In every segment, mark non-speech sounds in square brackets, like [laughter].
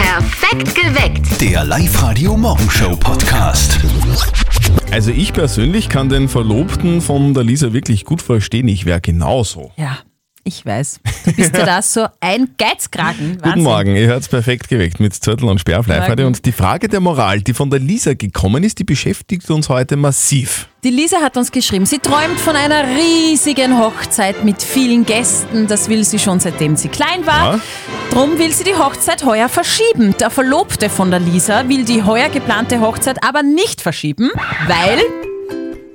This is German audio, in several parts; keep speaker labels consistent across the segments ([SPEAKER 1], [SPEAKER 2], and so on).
[SPEAKER 1] Perfekt geweckt.
[SPEAKER 2] Der Live-Radio Morgenshow Podcast.
[SPEAKER 3] Also ich persönlich kann den Verlobten von der Lisa wirklich gut verstehen. Ich wäre genauso.
[SPEAKER 4] Ja, ich weiß. Du
[SPEAKER 3] [laughs]
[SPEAKER 4] bist ja da so ein Geizkragen.
[SPEAKER 3] Guten
[SPEAKER 4] Wahnsinn.
[SPEAKER 3] Morgen, ihr hört's perfekt geweckt mit Zürtel und Sperr auf live heute. Und die Frage der Moral, die von der Lisa gekommen ist, die beschäftigt uns heute massiv.
[SPEAKER 4] Die Lisa hat uns geschrieben, sie träumt von einer riesigen Hochzeit mit vielen Gästen. Das will sie schon seitdem sie klein war.
[SPEAKER 3] Ja.
[SPEAKER 4] Drum will sie die Hochzeit heuer verschieben. Der Verlobte von der Lisa will die heuer geplante Hochzeit aber nicht verschieben, weil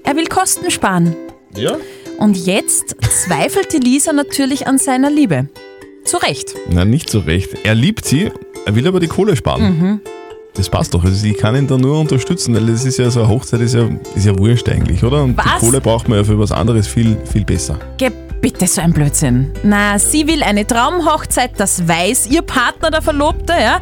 [SPEAKER 4] er will Kosten sparen.
[SPEAKER 3] Ja?
[SPEAKER 4] Und jetzt zweifelt die Lisa natürlich an seiner Liebe. Zu Recht.
[SPEAKER 3] Na, nicht so recht. Er liebt sie, er will aber die Kohle sparen.
[SPEAKER 4] Mhm.
[SPEAKER 3] Das passt doch. Also ich kann ihn da nur unterstützen, weil das ist ja so eine Hochzeit, ist ja, ist ja wurscht eigentlich, oder? Und die
[SPEAKER 4] Was?
[SPEAKER 3] Kohle braucht man ja für was anderes viel, viel besser.
[SPEAKER 4] Geh bitte so ein Blödsinn. Na, sie will eine Traumhochzeit, das weiß ihr Partner, der Verlobte, ja.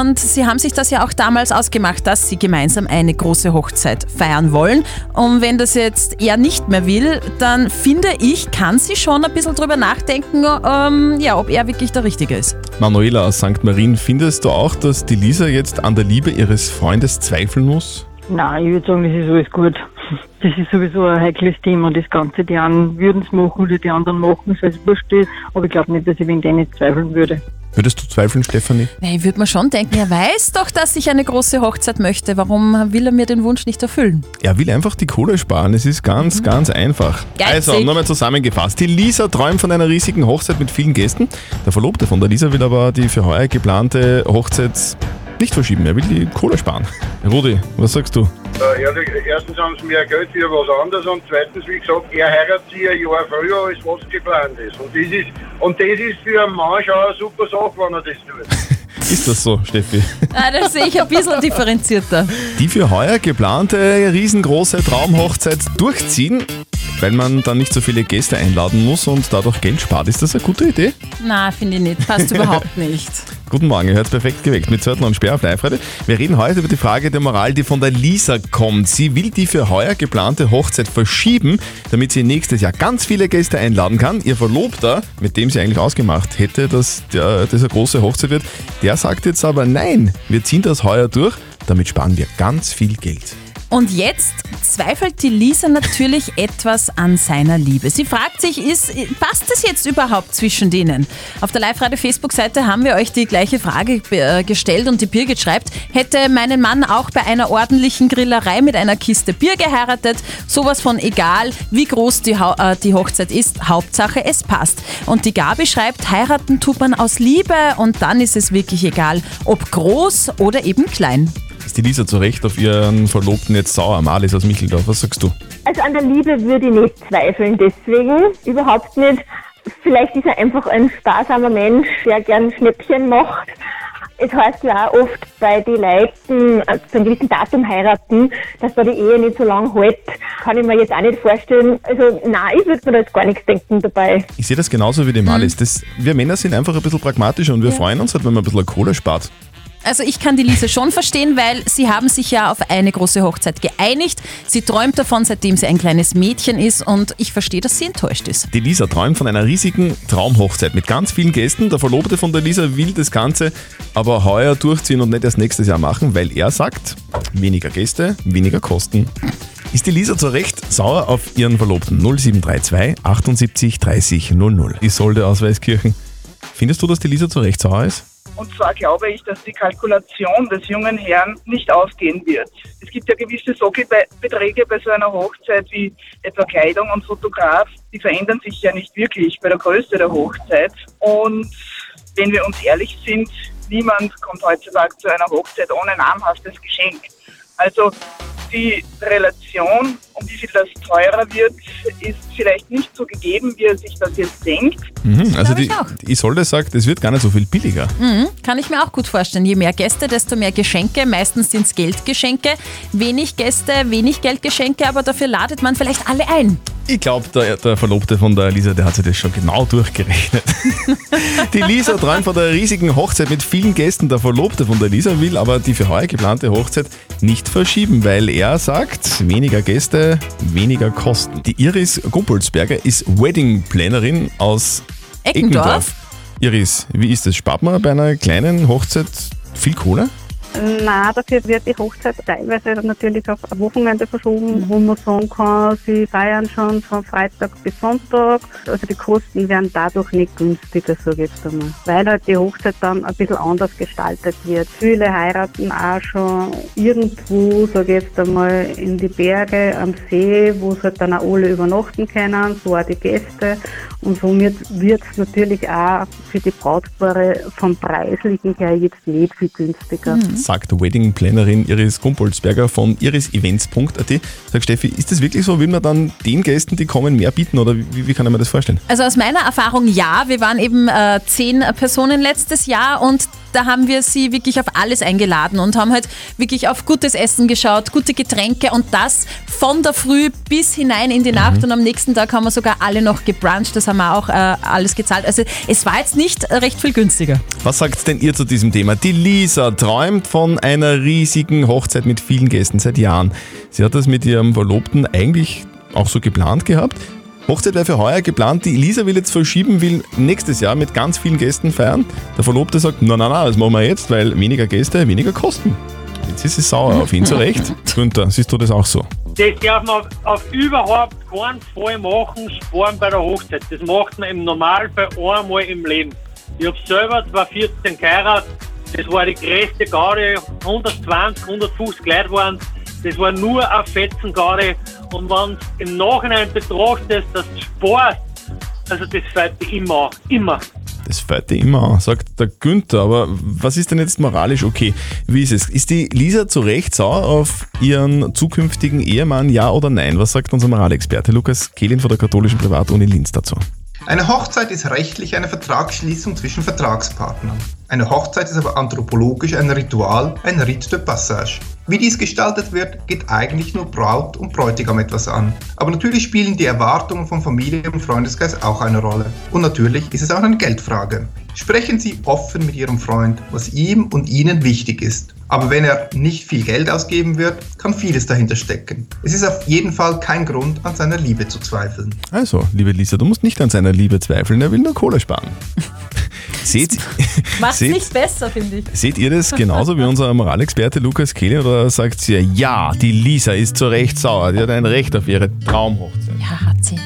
[SPEAKER 4] Und sie haben sich das ja auch damals ausgemacht, dass sie gemeinsam eine große Hochzeit feiern wollen. Und wenn das jetzt er nicht mehr will, dann finde ich, kann sie schon ein bisschen drüber nachdenken, ähm, ja, ob er wirklich der Richtige ist.
[SPEAKER 3] Manuela aus St. Marien, findest du auch, dass die Lisa jetzt an der Liebe ihres Freundes zweifeln muss?
[SPEAKER 5] Nein, ich würde sagen, das ist alles gut. [laughs] Das ist sowieso ein heikles Thema. Das Ganze, die einen würden es machen oder die anderen machen es, weil es wurscht ist. Aber ich glaube nicht, dass ich wegen denen zweifeln würde.
[SPEAKER 3] Würdest du zweifeln, Stefanie?
[SPEAKER 4] Na, ich würde mir schon denken, er weiß doch, dass ich eine große Hochzeit möchte. Warum will er mir den Wunsch nicht erfüllen?
[SPEAKER 3] Er will einfach die Kohle sparen. Es ist ganz, ganz einfach.
[SPEAKER 4] Geizig.
[SPEAKER 3] Also, nochmal zusammengefasst. Die Lisa träumt von einer riesigen Hochzeit mit vielen Gästen. Der Verlobte von der Lisa will aber die für heuer geplante Hochzeit nicht verschieben. Er will die Kohle sparen. Rudi, was sagst du?
[SPEAKER 6] Äh, Ehrlich, erstens haben sie mehr Geld für was anderes und zweitens, wie gesagt, er heiratet sie ein Jahr früher, als was geplant ist. Und das ist, und das ist für einen Mann schon eine super Sache, wenn er das tut.
[SPEAKER 3] Ist das so, Steffi?
[SPEAKER 4] Ah, das sehe ich ein [laughs] bisschen differenzierter.
[SPEAKER 3] Die für heuer geplante riesengroße Traumhochzeit durchziehen, weil man dann nicht so viele Gäste einladen muss und dadurch Geld spart. Ist das eine gute Idee?
[SPEAKER 4] Na, finde ich nicht. Passt überhaupt nicht.
[SPEAKER 3] Guten Morgen, ihr hört perfekt geweckt mit Zörtner und Sperr auf live -Radio. Wir reden heute über die Frage der Moral, die von der Lisa kommt. Sie will die für heuer geplante Hochzeit verschieben, damit sie nächstes Jahr ganz viele Gäste einladen kann. Ihr Verlobter, mit dem sie eigentlich ausgemacht hätte, dass der, das eine große Hochzeit wird, der sagt jetzt aber nein, wir ziehen das heuer durch, damit sparen wir ganz viel Geld.
[SPEAKER 4] Und jetzt zweifelt die Lisa natürlich etwas an seiner Liebe. Sie fragt sich, ist, passt es jetzt überhaupt zwischen denen? Auf der Live-Radio-Facebook-Seite haben wir euch die gleiche Frage äh, gestellt und die Birgit schreibt, hätte meinen Mann auch bei einer ordentlichen Grillerei mit einer Kiste Bier geheiratet, sowas von egal, wie groß die, Hau- äh, die Hochzeit ist, Hauptsache es passt. Und die Gabi schreibt, heiraten tut man aus Liebe und dann ist es wirklich egal, ob groß oder eben klein.
[SPEAKER 3] Ist die Lisa zu Recht auf ihren Verlobten jetzt sauer? Marlies aus Micheldorf, was sagst du?
[SPEAKER 7] Also an der Liebe würde ich nicht zweifeln, deswegen überhaupt nicht. Vielleicht ist er einfach ein sparsamer Mensch, der gern Schnäppchen macht. Es heißt ja auch oft bei den Leuten äh, zu einem gewissen Datum heiraten, dass da die Ehe nicht so lang hält. Kann ich mir jetzt auch nicht vorstellen. Also nein, ich würde mir da jetzt gar nichts denken dabei.
[SPEAKER 3] Ich sehe das genauso wie die Marlies. Das, wir Männer sind einfach ein bisschen pragmatischer und wir freuen uns halt, wenn man ein bisschen Kohle spart.
[SPEAKER 4] Also ich kann die Lisa schon verstehen, weil sie haben sich ja auf eine große Hochzeit geeinigt. Sie träumt davon, seitdem sie ein kleines Mädchen ist und ich verstehe, dass sie enttäuscht ist.
[SPEAKER 3] Die Lisa träumt von einer riesigen Traumhochzeit mit ganz vielen Gästen. Der Verlobte von der Lisa will das Ganze aber heuer durchziehen und nicht erst nächstes Jahr machen, weil er sagt, weniger Gäste, weniger Kosten. Ist die Lisa zu Recht sauer auf ihren Verlobten? 0732 78 30 00. Isolde aus Weißkirchen. Findest du, dass die Lisa zu Recht sauer ist?
[SPEAKER 8] Und zwar glaube ich, dass die Kalkulation des jungen Herrn nicht aufgehen wird. Es gibt ja gewisse Sockelbeträge bei so einer Hochzeit wie etwa Kleidung und Fotograf. Die verändern sich ja nicht wirklich bei der Größe der Hochzeit. Und wenn wir uns ehrlich sind, niemand kommt heutzutage zu einer Hochzeit ohne namhaftes Geschenk. Also die Relation, um wie viel das teurer wird, ist vielleicht nicht so gegeben, wie er sich das jetzt denkt.
[SPEAKER 3] also
[SPEAKER 4] glaub ich
[SPEAKER 3] die,
[SPEAKER 4] auch. Hm.
[SPEAKER 3] die Isolde sagt, es wird gar nicht so viel billiger.
[SPEAKER 4] Kann ich mir auch gut vorstellen. Je mehr Gäste, desto mehr Geschenke. Meistens sind es Geldgeschenke. Wenig Gäste, wenig Geldgeschenke, aber dafür ladet man vielleicht alle ein.
[SPEAKER 3] Ich glaube, der, der Verlobte von der Lisa, der hat sich das schon genau
[SPEAKER 4] [laughs]
[SPEAKER 3] durchgerechnet. die Lisa träumt von der riesigen Hochzeit mit vielen Gästen. Der Verlobte von der Lisa will aber die für heuer geplante Hochzeit nicht verschieben, weil er sagt, weniger Gäste, weniger Kosten. Die Iris Gumpolsberger ist Wedding Plannerin aus
[SPEAKER 4] Eckendorf.
[SPEAKER 3] Eckendorf. Iris, wie ist das? Spart man bei einer kleinen Hochzeit Viel Kohle?
[SPEAKER 1] Na, dafür wird die Hochzeit teilweise natürlich auf ein Wochenende verschoben, wo man sagen kann, sie feiern schon von Freitag bis Sonntag. Also die Kosten werden dadurch nicht günstiger, sage ich jetzt einmal. Weil halt die Hochzeit dann ein bisschen anders gestaltet wird. Viele heiraten auch schon irgendwo, sage ich jetzt einmal, in die Berge, am See, wo es halt dann auch alle übernachten können, so auch die Gäste. Und somit wird es natürlich auch für die Brautpaare vom Preislichen her jetzt nicht viel günstiger.
[SPEAKER 3] sagt Wedding-Plannerin Iris Gumpolsberger von irisevents.at. Sag Steffi, ist das wirklich so? Will man dann den Gästen, die kommen, mehr bieten oder wie, wie kann ich mir das vorstellen?
[SPEAKER 4] Also aus meiner Erfahrung ja. Wir waren eben äh, zehn Personen letztes Jahr und da haben wir sie wirklich auf alles eingeladen und haben halt wirklich auf gutes Essen geschaut, gute Getränke und das von der Früh bis hinein in die Nacht und am nächsten Tag haben wir sogar alle noch gebruncht. Das haben wir auch äh, alles gezahlt. Also es war jetzt nicht recht viel günstiger.
[SPEAKER 3] Was sagt denn ihr zu diesem Thema? Die Lisa träumt von einer riesigen Hochzeit mit vielen Gästen seit Jahren. Sie hat das mit ihrem Verlobten eigentlich auch so geplant gehabt. Hochzeit wäre für heuer geplant. Die Lisa will jetzt verschieben, will nächstes Jahr mit ganz vielen Gästen feiern. Der Verlobte sagt, na na na, das machen wir jetzt, weil weniger Gäste, weniger Kosten. Jetzt ist sie sauer auf ihn zurecht. Günther, siehst du das auch so?
[SPEAKER 9] Das darf man auf, auf überhaupt keinen Fall machen, sparen bei der Hochzeit. Das macht man im Normalfall einmal im Leben. Ich habe selber 2014 geheiratet, das war die größte Garde, 120, 150 Leute waren das war nur eine Fetzengarde. Und wenn du im Nachhinein betrachtest, dass du sparst, also das fällt dir immer, immer.
[SPEAKER 3] Das fällt dir immer an, sagt der Günther. Aber was ist denn jetzt moralisch okay? Wie ist es? Ist die Lisa zu Recht sauer auf ihren zukünftigen Ehemann, ja oder nein? Was sagt unser Moralexperte Lukas Kehlin von der katholischen Privatuni Linz dazu?
[SPEAKER 10] Eine Hochzeit ist rechtlich eine Vertragsschließung zwischen Vertragspartnern. Eine Hochzeit ist aber anthropologisch ein Ritual, ein Rite de Passage. Wie dies gestaltet wird, geht eigentlich nur Braut und Bräutigam etwas an. Aber natürlich spielen die Erwartungen von Familie und Freundeskreis auch eine Rolle. Und natürlich ist es auch eine Geldfrage. Sprechen Sie offen mit Ihrem Freund, was ihm und Ihnen wichtig ist. Aber wenn er nicht viel Geld ausgeben wird, kann vieles dahinter stecken. Es ist auf jeden Fall kein Grund, an seiner Liebe zu zweifeln.
[SPEAKER 3] Also, liebe Lisa, du musst nicht an seiner Liebe zweifeln, er will nur Kohle sparen. Seht,
[SPEAKER 4] Macht's
[SPEAKER 3] seht-
[SPEAKER 4] nicht besser, finde ich.
[SPEAKER 3] Seht ihr das genauso wie unser Moralexperte Lukas Kehlin oder sagt ihr, ja, die Lisa ist zu Recht sauer, die hat ein Recht auf ihre Traumhochzeit?
[SPEAKER 4] Ja, hat sie.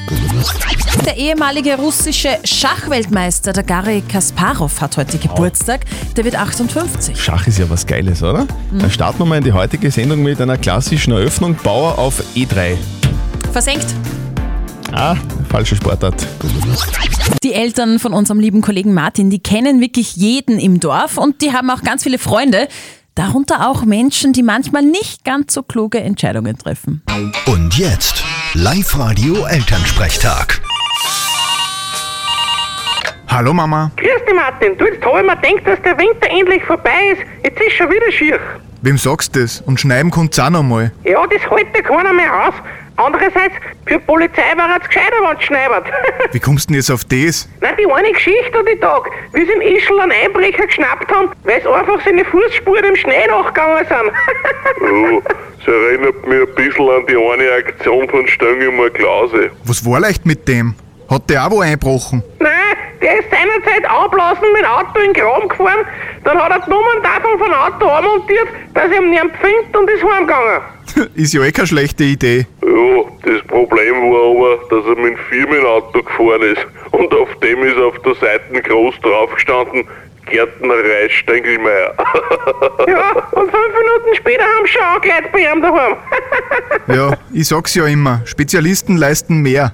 [SPEAKER 4] Der ehemalige russische Schachweltmeister, der Gary Kasparov, hat heute Geburtstag. Der wird 58.
[SPEAKER 3] Schach ist ja was Geiles, oder? Dann starten wir mal in die heutige Sendung mit einer klassischen Eröffnung. Bauer auf E3.
[SPEAKER 4] Versenkt.
[SPEAKER 3] Ah, falsche Sportart.
[SPEAKER 4] Die Eltern von unserem lieben Kollegen Martin, die kennen wirklich jeden im Dorf und die haben auch ganz viele Freunde. Darunter auch Menschen, die manchmal nicht ganz so kluge Entscheidungen treffen.
[SPEAKER 2] Und jetzt Live-Radio Elternsprechtag.
[SPEAKER 10] Hallo Mama,
[SPEAKER 11] Grüß dich, Martin. Du, jetzt habe ich mir gedacht, dass der Winter endlich vorbei ist. Jetzt ist schon wieder schier.
[SPEAKER 10] wem sagst du das? Und schneiden kommt's auch nochmal.
[SPEAKER 11] Ja, das hält dir keiner mehr aus. Andererseits, für die Polizei war es gescheiter, wenn es schneibert. [laughs]
[SPEAKER 10] Wie kommst du denn jetzt auf das?
[SPEAKER 11] Nein, die eine Geschichte an den Tag, wie sie im Ischl einen Einbrecher geschnappt haben, weil sie einfach seine Fußspuren im Schnee nachgegangen sind.
[SPEAKER 6] Das erinnert mich ein bisschen an die eine Aktion von Stöngelmer Klause.
[SPEAKER 10] Was war leicht mit dem? Hat der auch wo einbrochen?
[SPEAKER 11] Nein, der ist seinerzeit ablassen mit dem Auto in den Graben gefahren, dann hat er die Nummern davon vom Auto anmontiert, dass er ihn nicht findet und ist heimgegangen.
[SPEAKER 10] Ist ja eh keine schlechte Idee.
[SPEAKER 6] Ja, das Problem war aber, dass er mit dem Firmenauto gefahren ist und auf dem ist auf der Seite groß drauf gestanden, Gärtnerei Stengelmeier.
[SPEAKER 11] Ja, und fünf Minuten später haben sie schon auch Leute bei ihm daheim.
[SPEAKER 10] Ja, ich sag's ja immer, Spezialisten leisten mehr.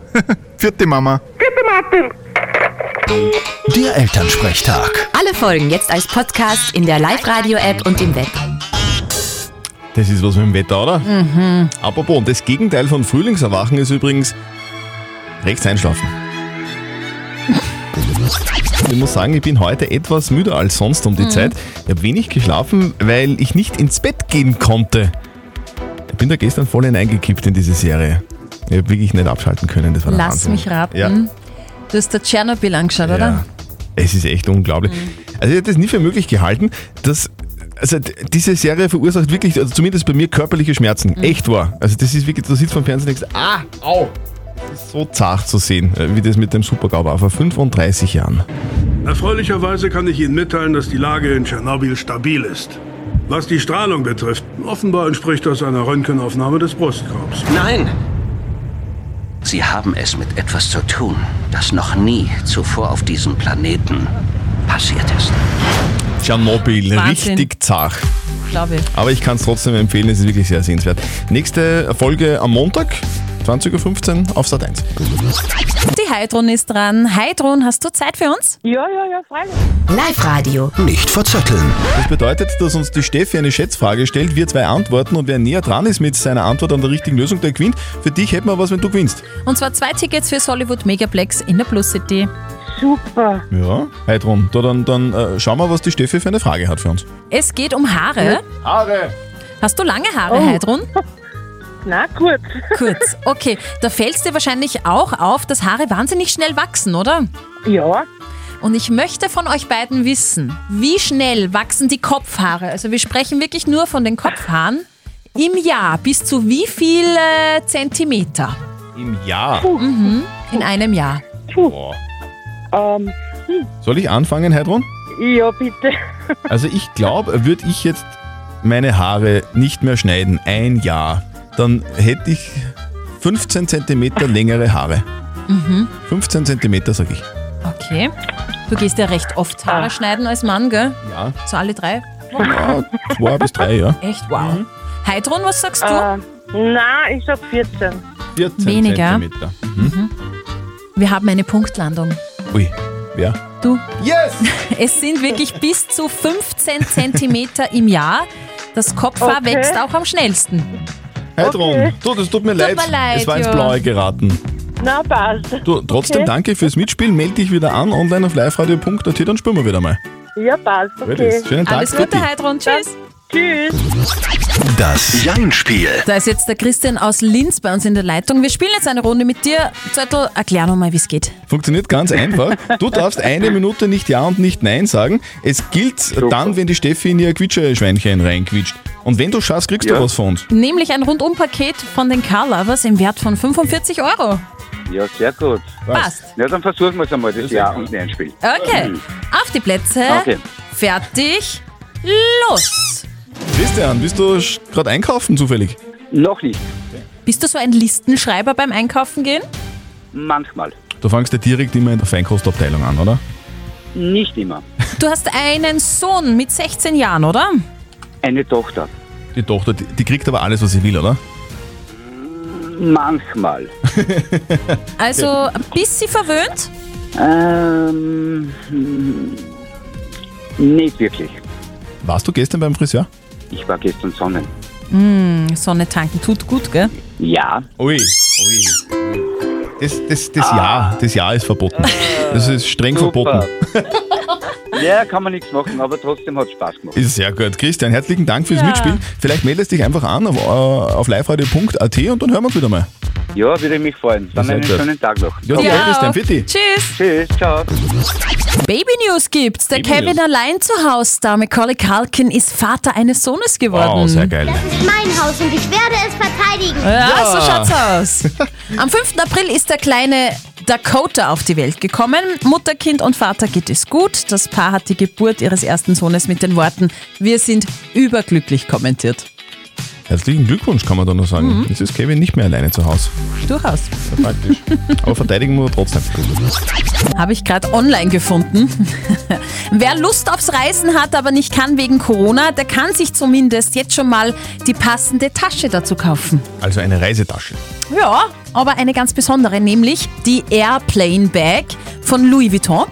[SPEAKER 10] Vierte Mama.
[SPEAKER 11] Bitte, Martin.
[SPEAKER 2] Der Elternsprechtag.
[SPEAKER 12] Alle Folgen jetzt als Podcast in der Live-Radio-App und im Web.
[SPEAKER 3] Das ist was mit dem Wetter, oder? Mhm. Apropos, und das Gegenteil von Frühlingserwachen ist übrigens rechts einschlafen. [laughs] Ich muss sagen, ich bin heute etwas müder als sonst um die
[SPEAKER 4] Mhm.
[SPEAKER 3] Zeit. Ich habe wenig geschlafen, weil ich nicht ins Bett gehen konnte. Ich bin da gestern voll hineingekippt in diese Serie. Ich habe wirklich nicht abschalten können. Das war der
[SPEAKER 4] Lass
[SPEAKER 3] Wahnsinn.
[SPEAKER 4] mich raten.
[SPEAKER 3] Ja.
[SPEAKER 4] Du hast der Tschernobyl angeschaut, oder? Mhm.
[SPEAKER 3] Es ist echt unglaublich. Also ich hätte es nie für möglich gehalten, dass also d- diese Serie verursacht wirklich, also zumindest bei mir körperliche Schmerzen.
[SPEAKER 4] Mhm.
[SPEAKER 3] Echt wahr. Also das ist wirklich, du sitzt vom Fernsehen und denkst, ah, au. Das ist so zart zu sehen, äh, wie das mit dem Super-GAU war vor 35 Jahren.
[SPEAKER 13] Erfreulicherweise kann ich Ihnen mitteilen, dass die Lage in Tschernobyl stabil ist. Was die Strahlung betrifft, offenbar entspricht das einer Röntgenaufnahme des Brustkorbs.
[SPEAKER 14] Nein! Sie haben es mit etwas zu tun, das noch nie zuvor auf diesem Planeten passiert ist.
[SPEAKER 3] Tschernobyl,
[SPEAKER 4] Wahnsinn.
[SPEAKER 3] richtig zach.
[SPEAKER 4] glaube ich.
[SPEAKER 3] Aber ich kann es trotzdem empfehlen, es ist wirklich sehr sehenswert. Nächste Folge am Montag, 20.15 Uhr auf Sat 1.
[SPEAKER 4] Die Heidrun ist dran. Heidrun, hast du Zeit für uns? Ja, ja, ja, freilich.
[SPEAKER 12] Live Radio.
[SPEAKER 2] Nicht verzetteln.
[SPEAKER 3] Das bedeutet, dass uns die Steffi eine Schätzfrage stellt, wir zwei antworten und wer näher dran ist mit seiner Antwort an der richtigen Lösung, der gewinnt. Für dich hätten wir was, wenn du gewinnst.
[SPEAKER 4] Und zwar zwei Tickets fürs Hollywood Megaplex in der Plus City.
[SPEAKER 5] Super.
[SPEAKER 3] Ja, Heidrun, da, dann, dann äh, schauen wir, was die Steffi für eine Frage hat für uns.
[SPEAKER 4] Es geht um Haare.
[SPEAKER 3] Haare.
[SPEAKER 4] Hast du lange Haare,
[SPEAKER 5] Oh.
[SPEAKER 4] Heidrun?
[SPEAKER 5] Na, kurz.
[SPEAKER 4] Kurz. Okay, da fällt es dir wahrscheinlich auch auf, dass Haare wahnsinnig schnell wachsen, oder?
[SPEAKER 5] Ja.
[SPEAKER 4] Und ich möchte von euch beiden wissen, wie schnell wachsen die Kopfhaare? Also wir sprechen wirklich nur von den Kopfhaaren. Im Jahr bis zu wie viele Zentimeter?
[SPEAKER 3] Im Jahr.
[SPEAKER 4] Mhm, in einem Jahr.
[SPEAKER 3] Boah. Soll ich anfangen, Heidrun?
[SPEAKER 5] Ähm, hm. Ja, bitte. [laughs]
[SPEAKER 3] Also ich glaube, würde ich jetzt meine Haare nicht mehr schneiden, ein Jahr, dann hätte ich 15 cm längere Haare.
[SPEAKER 4] Mhm,
[SPEAKER 3] 15 cm sage ich.
[SPEAKER 4] okay. Du gehst ja recht oft Haare schneiden als Mann, gell?
[SPEAKER 3] Ja.
[SPEAKER 4] So alle drei?
[SPEAKER 3] Ja, Ah, zwei bis drei, ja.
[SPEAKER 4] Echt, wow. Heidrun, was sagst du?
[SPEAKER 5] na, ich sag 14.
[SPEAKER 3] 14
[SPEAKER 4] Weniger.
[SPEAKER 3] Zentimeter. Mhm.
[SPEAKER 4] Wir haben eine Punktlandung.
[SPEAKER 3] Ui, wer?
[SPEAKER 4] Du?
[SPEAKER 3] Yes!
[SPEAKER 4] Es sind wirklich bis zu 15 Zentimeter im Jahr. Das Kopfhaar
[SPEAKER 5] Okay.
[SPEAKER 4] wächst auch am schnellsten.
[SPEAKER 3] Heidrun,
[SPEAKER 4] Okay.
[SPEAKER 3] du, das tut mir,
[SPEAKER 4] Tut
[SPEAKER 3] leid.
[SPEAKER 4] mir leid,
[SPEAKER 3] Es war ins
[SPEAKER 4] ja.
[SPEAKER 3] Blaue geraten.
[SPEAKER 5] Na, passt.
[SPEAKER 3] Du, trotzdem danke fürs Mitspielen. Melde dich wieder an, online auf liveradio.at, dann spüren wir wieder mal.
[SPEAKER 5] Ja, passt.
[SPEAKER 3] Gut ist. Schönen Tag,
[SPEAKER 4] Alles
[SPEAKER 3] Gute.
[SPEAKER 4] Gute, halt. Heidrun. Tschüss. Tschüss.
[SPEAKER 2] Das Jein-Spiel.
[SPEAKER 4] Da ist jetzt der Christian aus Linz bei uns in der Leitung. Wir spielen jetzt eine Runde mit dir. Zettel, erklär nochmal, wie es geht.
[SPEAKER 3] Funktioniert ganz einfach. Du darfst eine Minute nicht Ja und nicht Nein sagen. Es gilt dann, wenn die Steffi in ihr Quitsche-Schweinchen reinquitscht. Und wenn du schaffst, kriegst du was von uns.
[SPEAKER 4] Nämlich ein Rundum-Paket von den Car Lovers im Wert von 45 Euro.
[SPEAKER 15] Ja, sehr gut.
[SPEAKER 4] Passt.
[SPEAKER 15] Ja, dann versuchen wir es einmal, das Ja und Nein Spiel.
[SPEAKER 4] Okay,
[SPEAKER 15] Mhm.
[SPEAKER 4] auf die Plätze.
[SPEAKER 15] Okay.
[SPEAKER 4] Fertig. Los.
[SPEAKER 3] Christian, bist du sch- gerade einkaufen zufällig?
[SPEAKER 15] Noch nicht.
[SPEAKER 4] Bist du so ein Listenschreiber beim Einkaufen gehen?
[SPEAKER 15] Manchmal.
[SPEAKER 3] Du fangst ja direkt immer in der Feinkostabteilung an, oder?
[SPEAKER 15] Nicht immer.
[SPEAKER 4] Du hast einen Sohn mit 16 Jahren, oder?
[SPEAKER 15] Eine Tochter.
[SPEAKER 3] Die Tochter, die, die kriegt aber alles, was sie will, oder?
[SPEAKER 15] Manchmal.
[SPEAKER 4] Also ein bisschen verwöhnt?
[SPEAKER 15] Ähm, nicht wirklich.
[SPEAKER 3] Warst du gestern beim Friseur?
[SPEAKER 15] Ich war gestern sonnen.
[SPEAKER 4] Mm, Sonne tanken tut gut, gell?
[SPEAKER 15] Ja.
[SPEAKER 3] Ui. Ui. Das, das, das Ja, das Ja ist verboten. Das ist streng verboten.
[SPEAKER 15] [laughs] Ja, kann man nichts machen, aber trotzdem hat Spaß gemacht.
[SPEAKER 3] Ist sehr gut. Christian, herzlichen Dank fürs
[SPEAKER 15] Ja.
[SPEAKER 3] Mitspielen. Vielleicht meldest dich einfach an auf, äh, auf liveradio.at und dann hören wir uns wieder mal.
[SPEAKER 15] Ja, würde mich freuen. Dann
[SPEAKER 3] Sehr
[SPEAKER 15] einen
[SPEAKER 3] gut.
[SPEAKER 15] schönen Tag noch.
[SPEAKER 3] Ja, du Ja. bist ein Fitti.
[SPEAKER 4] Tschüss.
[SPEAKER 15] Tschüss, ciao.
[SPEAKER 4] Baby News gibt's. Der
[SPEAKER 15] Baby
[SPEAKER 4] Kevin
[SPEAKER 15] News.
[SPEAKER 4] allein zu Hause da. Macaulay Culkin ist Vater eines Sohnes geworden.
[SPEAKER 3] Wow, sehr geil.
[SPEAKER 16] Das ist mein Haus und ich werde es verteidigen.
[SPEAKER 4] Ja, so schaut's aus. Am 5. April ist der kleine Dakota auf die Welt gekommen. Mutter, Kind und Vater geht es gut. Das Paar hat die Geburt ihres ersten Sohnes mit den Worten Wir sind überglücklich kommentiert.
[SPEAKER 3] Herzlichen Glückwunsch, kann man da nur sagen. Jetzt ist Kevin nicht mehr alleine zu Hause.
[SPEAKER 4] Durchaus.
[SPEAKER 3] Sehr praktisch. Aber verteidigen muss er trotzdem.
[SPEAKER 4] Habe ich gerade online gefunden. [laughs] Wer Lust aufs Reisen hat, aber nicht kann wegen Corona, der kann sich zumindest jetzt schon mal die passende Tasche dazu kaufen.
[SPEAKER 3] Also eine Reisetasche.
[SPEAKER 4] Ja, aber eine ganz besondere, nämlich die Airplane Bag von Louis Vuitton.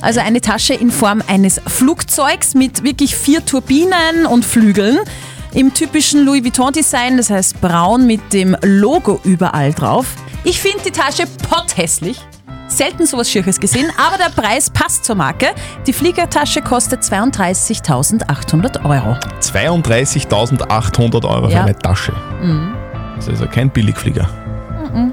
[SPEAKER 4] Also eine Tasche in Form eines Flugzeugs mit wirklich vier Turbinen und Flügeln. Im typischen Louis Vuitton-Design, das heißt braun mit dem Logo überall drauf. Ich finde die Tasche potthässlich. Selten sowas Schirches gesehen, aber der Preis passt zur Marke. Die Fliegertasche kostet 32.800 Euro.
[SPEAKER 3] 32.800 Euro für
[SPEAKER 4] Ja.
[SPEAKER 3] eine Tasche.
[SPEAKER 4] Mhm.
[SPEAKER 3] Das ist also kein Billigflieger.
[SPEAKER 4] Mhm.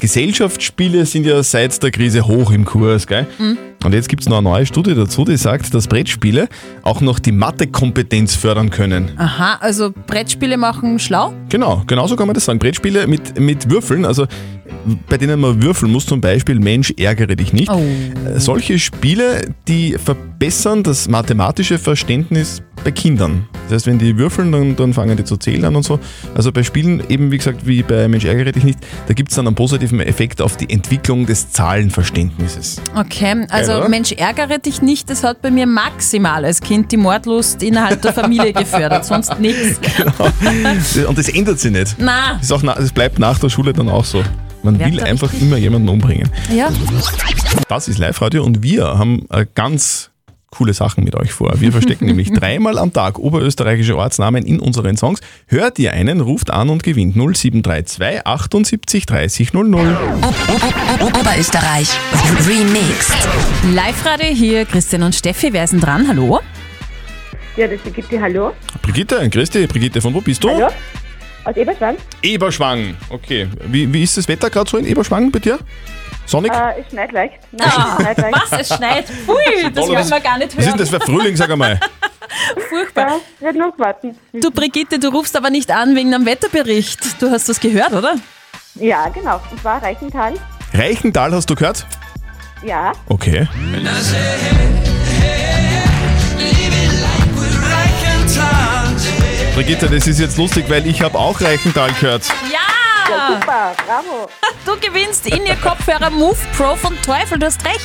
[SPEAKER 3] Gesellschaftsspiele sind ja seit der Krise hoch im Kurs, gell?
[SPEAKER 4] Mhm.
[SPEAKER 3] Und jetzt gibt es noch eine neue Studie dazu, die sagt, dass Brettspiele auch noch die Mathekompetenz fördern können.
[SPEAKER 4] Aha, also Brettspiele machen schlau?
[SPEAKER 3] Genau, genauso kann man das sagen. Brettspiele mit, mit Würfeln, also bei denen man würfeln muss, zum Beispiel Mensch, ärgere dich nicht. Äh, Solche Spiele, die verbessern das mathematische Verständnis bei Kindern. Das heißt, wenn die würfeln, dann, dann fangen die zu zählen an und so. Also bei Spielen eben, wie gesagt, wie bei Mensch, ärgere dich nicht, da gibt es dann einen positiven Effekt auf die Entwicklung des Zahlenverständnisses.
[SPEAKER 4] Okay, also
[SPEAKER 3] Geil, oder?
[SPEAKER 4] Mensch, ärgere dich nicht, das hat bei mir maximal als Kind die Mordlust innerhalb der
[SPEAKER 12] [laughs]
[SPEAKER 4] Familie gefördert, sonst nichts.
[SPEAKER 3] Und das ändert sich nicht.
[SPEAKER 4] Na.
[SPEAKER 3] Das, ist auch na, das bleibt nach der Schule dann auch so. Man
[SPEAKER 4] Merkt
[SPEAKER 3] will
[SPEAKER 4] er
[SPEAKER 3] einfach immer jemanden umbringen.
[SPEAKER 4] Ja.
[SPEAKER 3] Das ist Live-Radio und wir haben äh, ganz coole Sachen mit euch vor. Wir verstecken nämlich dreimal am Tag oberösterreichische Ortsnamen in unseren Songs. Hört ihr einen, ruft an und gewinnt 0732 78 30 00.
[SPEAKER 12] Oberösterreich Remixed.
[SPEAKER 4] Live-Radio hier, Christian und Steffi, wer ist denn dran? Hallo?
[SPEAKER 7] Ja, das gibt die Hallo.
[SPEAKER 3] Brigitte, Christi, Brigitte, von wo bist du?
[SPEAKER 7] Hallo? Aus Eberschwang?
[SPEAKER 3] Eberschwang. Okay. Wie, wie ist das Wetter gerade so in Eberschwang bei dir? Sonnig?
[SPEAKER 7] Äh, es schneit leicht. Nein,
[SPEAKER 4] Ah, [laughs]
[SPEAKER 7] es schneit leicht.
[SPEAKER 4] was, es schneit? Pfui, das
[SPEAKER 3] Toll,
[SPEAKER 4] wollen wir gar nicht
[SPEAKER 3] Was ist denn
[SPEAKER 4] hören.
[SPEAKER 3] das für Frühling,
[SPEAKER 7] [laughs]
[SPEAKER 3] sag einmal?
[SPEAKER 4] Furchtbar.
[SPEAKER 7] wird noch warten.
[SPEAKER 4] Du, Brigitte, du rufst aber nicht an wegen einem Wetterbericht. Du hast das gehört, oder?
[SPEAKER 7] Ja, genau. Und zwar Reichenthal.
[SPEAKER 3] Reichenthal hast du gehört?
[SPEAKER 7] Ja.
[SPEAKER 3] Okay. Brigitte, das ist jetzt lustig, weil ich habe auch Reichenthal gehört.
[SPEAKER 4] Ja!
[SPEAKER 7] Ja, super, bravo.
[SPEAKER 4] [laughs] Du gewinnst in ihr Kopfhörer Move Pro von Teufel, du hast recht.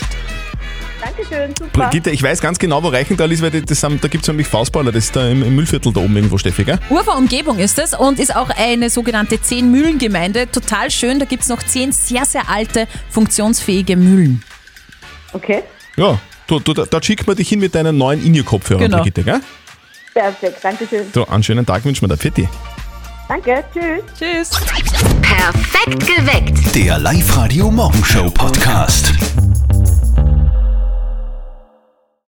[SPEAKER 7] Dankeschön, super.
[SPEAKER 3] Brigitte, ich weiß ganz genau, wo Reichenthal ist, weil die- das sind, da gibt es nämlich Faustballer, das ist da im, im Müllviertel da oben irgendwo, Steffi, gell?
[SPEAKER 4] Urfer Umgebung ist es und ist auch eine sogenannte Zehn-Mühlen-Gemeinde. Total schön, da gibt es noch zehn sehr, sehr alte, funktionsfähige Mühlen.
[SPEAKER 7] Okay,
[SPEAKER 3] Ja, du, du, da, da schickt man dich hin mit deinen neuen In-Ear-Kopfhörern,
[SPEAKER 7] Genau.
[SPEAKER 3] Brigitte, gell?
[SPEAKER 7] perfekt. Dankeschön.
[SPEAKER 3] So, einen schönen Tag wünschen wir der Fetti.
[SPEAKER 7] Danke, tschüss.
[SPEAKER 4] Tschüss.
[SPEAKER 12] Perfekt geweckt.
[SPEAKER 2] Der Live-Radio Morgenshow Podcast.